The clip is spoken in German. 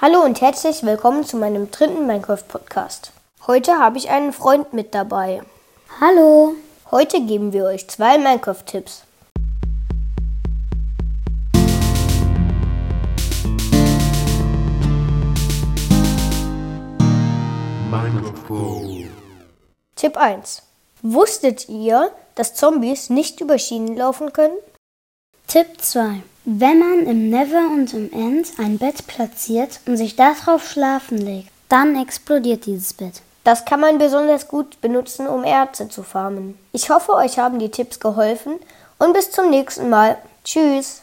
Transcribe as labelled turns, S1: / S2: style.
S1: Hallo und herzlich willkommen zu meinem dritten Minecraft-Podcast. Heute habe ich einen Freund mit dabei.
S2: Hallo.
S1: Heute geben wir euch zwei Minecraft-Tipps. Tipp 1. Wusstet ihr, dass Zombies nicht über Schienen laufen können?
S2: Tipp 2. Wenn man im Never und im End ein Bett platziert und sich darauf schlafen legt, dann explodiert dieses Bett.
S1: Das kann man besonders gut benutzen, um Erze zu farmen. Ich hoffe, euch haben die Tipps geholfen und bis zum nächsten Mal. Tschüss!